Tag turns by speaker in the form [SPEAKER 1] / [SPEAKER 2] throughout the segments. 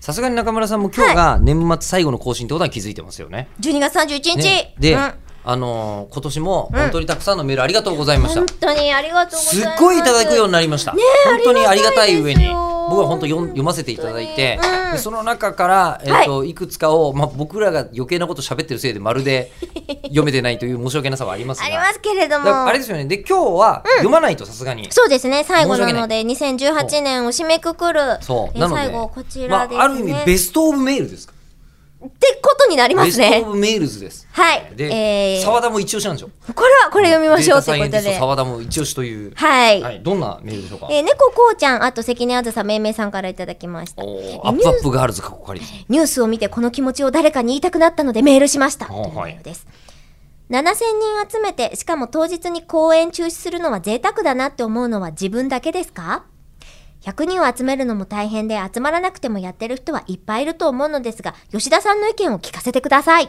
[SPEAKER 1] さすがに中村さんも今日が年末最後の更新ってことは気づいてますよね。
[SPEAKER 2] 12月31日、
[SPEAKER 1] ねで、
[SPEAKER 2] うん
[SPEAKER 1] あのー今年も本当にたくさんのメールありがとうございました。
[SPEAKER 2] 本当にありがとうござい
[SPEAKER 1] すっ
[SPEAKER 2] ます
[SPEAKER 1] ごいいただくようになりました。本当にありがたい上
[SPEAKER 2] ありがたい
[SPEAKER 1] に
[SPEAKER 2] ですよ、
[SPEAKER 1] 僕は本当読ん読ませていただいて、
[SPEAKER 2] 本当にうん
[SPEAKER 1] でその中から、えっ、と、い、くつかを、まあ、僕らが余計なこと喋ってるせいで、まる で読めてないという申し訳なさはありますが。
[SPEAKER 2] ありますけれど
[SPEAKER 1] だから
[SPEAKER 2] も
[SPEAKER 1] あれですよね。で、今日は読まないとさすがに。
[SPEAKER 2] そうですね最後な
[SPEAKER 1] 申
[SPEAKER 2] の
[SPEAKER 1] し
[SPEAKER 2] で2018年を締めくくる
[SPEAKER 1] そう。
[SPEAKER 2] え
[SPEAKER 1] なので、
[SPEAKER 2] 最後こち
[SPEAKER 1] ま
[SPEAKER 2] らですね、
[SPEAKER 1] あ、ある意味ベストオブメールですか。
[SPEAKER 2] ってことになりま
[SPEAKER 1] ベ
[SPEAKER 2] す
[SPEAKER 1] スト
[SPEAKER 2] ね
[SPEAKER 1] オブメールズです。
[SPEAKER 2] はい
[SPEAKER 1] で、
[SPEAKER 2] えー
[SPEAKER 1] 沢田も一押しなんでしょ。
[SPEAKER 2] これはこれ読みましょ
[SPEAKER 1] データ
[SPEAKER 2] うと
[SPEAKER 1] サ
[SPEAKER 2] い
[SPEAKER 1] イ
[SPEAKER 2] う
[SPEAKER 1] エンティ
[SPEAKER 2] こと
[SPEAKER 1] スト
[SPEAKER 2] で
[SPEAKER 1] 沢田も一押しという。
[SPEAKER 2] はい、
[SPEAKER 1] はい。どんなメールでしょうか。
[SPEAKER 2] えー猫こうちゃんあと関根あずさめいめいさんからいただきました
[SPEAKER 1] おーアップアップガールズかっこかりです。
[SPEAKER 2] ニュースを見てこの気持ちを誰かに言いたくなったのでメールしました。
[SPEAKER 1] あはい
[SPEAKER 2] という内容です。7000人集めて、しかも当日に公演中止するのは贅沢だなって思うのは自分だけですか ?100 人を集めるのも大変で集まらなくてもやってる人はいっぱいいると思うのですが、吉田さんの意見を聞かせてください。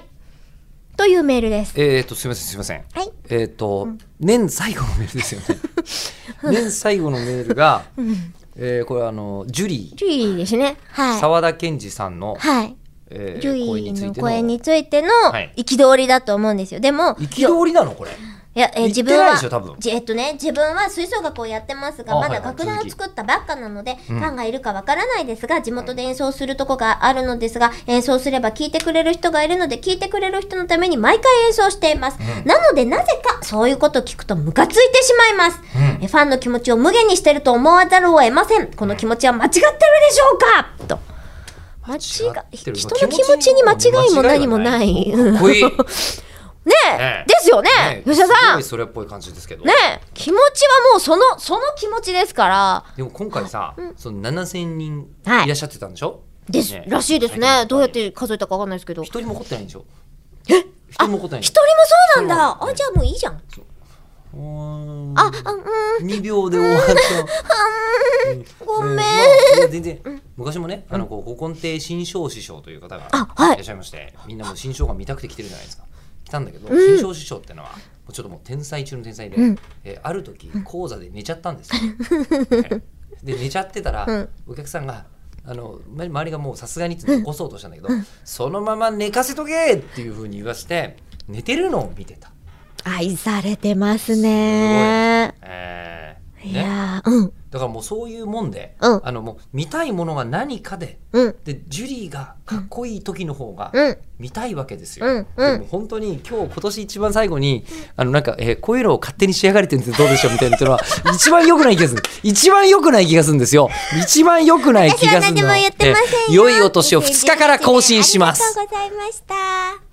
[SPEAKER 2] というメールです。
[SPEAKER 1] えっ、と、すみません、すみません。
[SPEAKER 2] はい。
[SPEAKER 1] えっ、と、年最後のメールですよね。年最後のメールが、えーこれあの、ジュリ
[SPEAKER 2] ジュリーですね。
[SPEAKER 1] ー、
[SPEAKER 2] はい。
[SPEAKER 1] 沢田研二さんの、
[SPEAKER 2] はい。
[SPEAKER 1] え
[SPEAKER 2] ジュ
[SPEAKER 1] ー、声
[SPEAKER 2] リ
[SPEAKER 1] につ
[SPEAKER 2] ー
[SPEAKER 1] い
[SPEAKER 2] の
[SPEAKER 1] て
[SPEAKER 2] 声
[SPEAKER 1] の。
[SPEAKER 2] についての
[SPEAKER 1] はい
[SPEAKER 2] 憤りだと思うんですよ。でも、
[SPEAKER 1] 憤りなのこれ。
[SPEAKER 2] いや、えー
[SPEAKER 1] 言って
[SPEAKER 2] 自分
[SPEAKER 1] ない
[SPEAKER 2] は
[SPEAKER 1] でしょ多分
[SPEAKER 2] じえっとね自分は吹奏楽をやってますが
[SPEAKER 1] あ
[SPEAKER 2] ま
[SPEAKER 1] は
[SPEAKER 2] だ
[SPEAKER 1] いはい
[SPEAKER 2] 楽団
[SPEAKER 1] 続き
[SPEAKER 2] を作ったばっかなので、ファンがいるかわからないですが地元で演奏するとこがあるのですが演奏すれば聴いてくれる人がいるので聴いてくれる人のために毎回演奏しています、なのでなぜかそういうことを聞くとムカついてしまいます、えファンの気持ちを無限にしてると思わざるを得ませんこの気持ちは間違ってるでしょうかと間違
[SPEAKER 1] 違ってる
[SPEAKER 2] 人の気持ちに間違いも何もな
[SPEAKER 1] 間
[SPEAKER 2] い
[SPEAKER 1] 違はかっこいい。ね
[SPEAKER 2] ねえ、
[SPEAKER 1] ねえ
[SPEAKER 2] ですよね
[SPEAKER 1] え
[SPEAKER 2] 吉田
[SPEAKER 1] す
[SPEAKER 2] さ
[SPEAKER 1] ご
[SPEAKER 2] ん
[SPEAKER 1] いそれっぽい感じですけど。
[SPEAKER 2] ねえ気持ちはもうそのその気持ちですから
[SPEAKER 1] でも今回さ、その7000人
[SPEAKER 2] はい
[SPEAKER 1] いらっしゃってたんでしょ、
[SPEAKER 2] です、
[SPEAKER 1] ね
[SPEAKER 2] らしいですね
[SPEAKER 1] 最近
[SPEAKER 2] どうやって数えたかわかんないですけど一
[SPEAKER 1] 一人も怒ってないんでしょえ一人も怒ってないんでし
[SPEAKER 2] 人もそうなんだ
[SPEAKER 1] そう
[SPEAKER 2] あじゃあもういいじゃん
[SPEAKER 1] ょ
[SPEAKER 2] ああうん
[SPEAKER 1] 2秒で終わった。
[SPEAKER 2] ごめん
[SPEAKER 1] うまあ全然、昔もね、あの、こう、古今亭新章師匠という方が
[SPEAKER 2] あはい
[SPEAKER 1] いらっしゃいまして、みんなもう新章が見たくて来てるじゃないですか。来たんだけど、新章師匠ってのは、もうちょっともう天才中の天才で、えーある時、講座で寝ちゃったん ですよ。ねで、寝ちゃってたら、お客さんが、あのま周りがもうさすがにっつって起こそうとしたんだけど、そのまま寝かせとけっていうふうに言わして寝てるのを見てた、
[SPEAKER 2] 愛されてますね
[SPEAKER 1] えー
[SPEAKER 2] い
[SPEAKER 1] ね
[SPEAKER 2] やーうん
[SPEAKER 1] だからもうそういうもんで、
[SPEAKER 2] うん
[SPEAKER 1] あのもう見たいものが何かで、
[SPEAKER 2] うん
[SPEAKER 1] でジュリーがかっこいい時の方が
[SPEAKER 2] うん
[SPEAKER 1] 見たいわけですよ。
[SPEAKER 2] うんうん
[SPEAKER 1] でも本当に今日今年一番最後にあのなんか、えーこういうのを勝手に仕上がれてるんですどうでしょうみたいなっていうのは一番良くない気がする一番良くない気がするんですよ一番良くない気がするの
[SPEAKER 2] 私は何も言ってませんよ
[SPEAKER 1] えー良いお年を2日から更新します。
[SPEAKER 2] ありがとうございました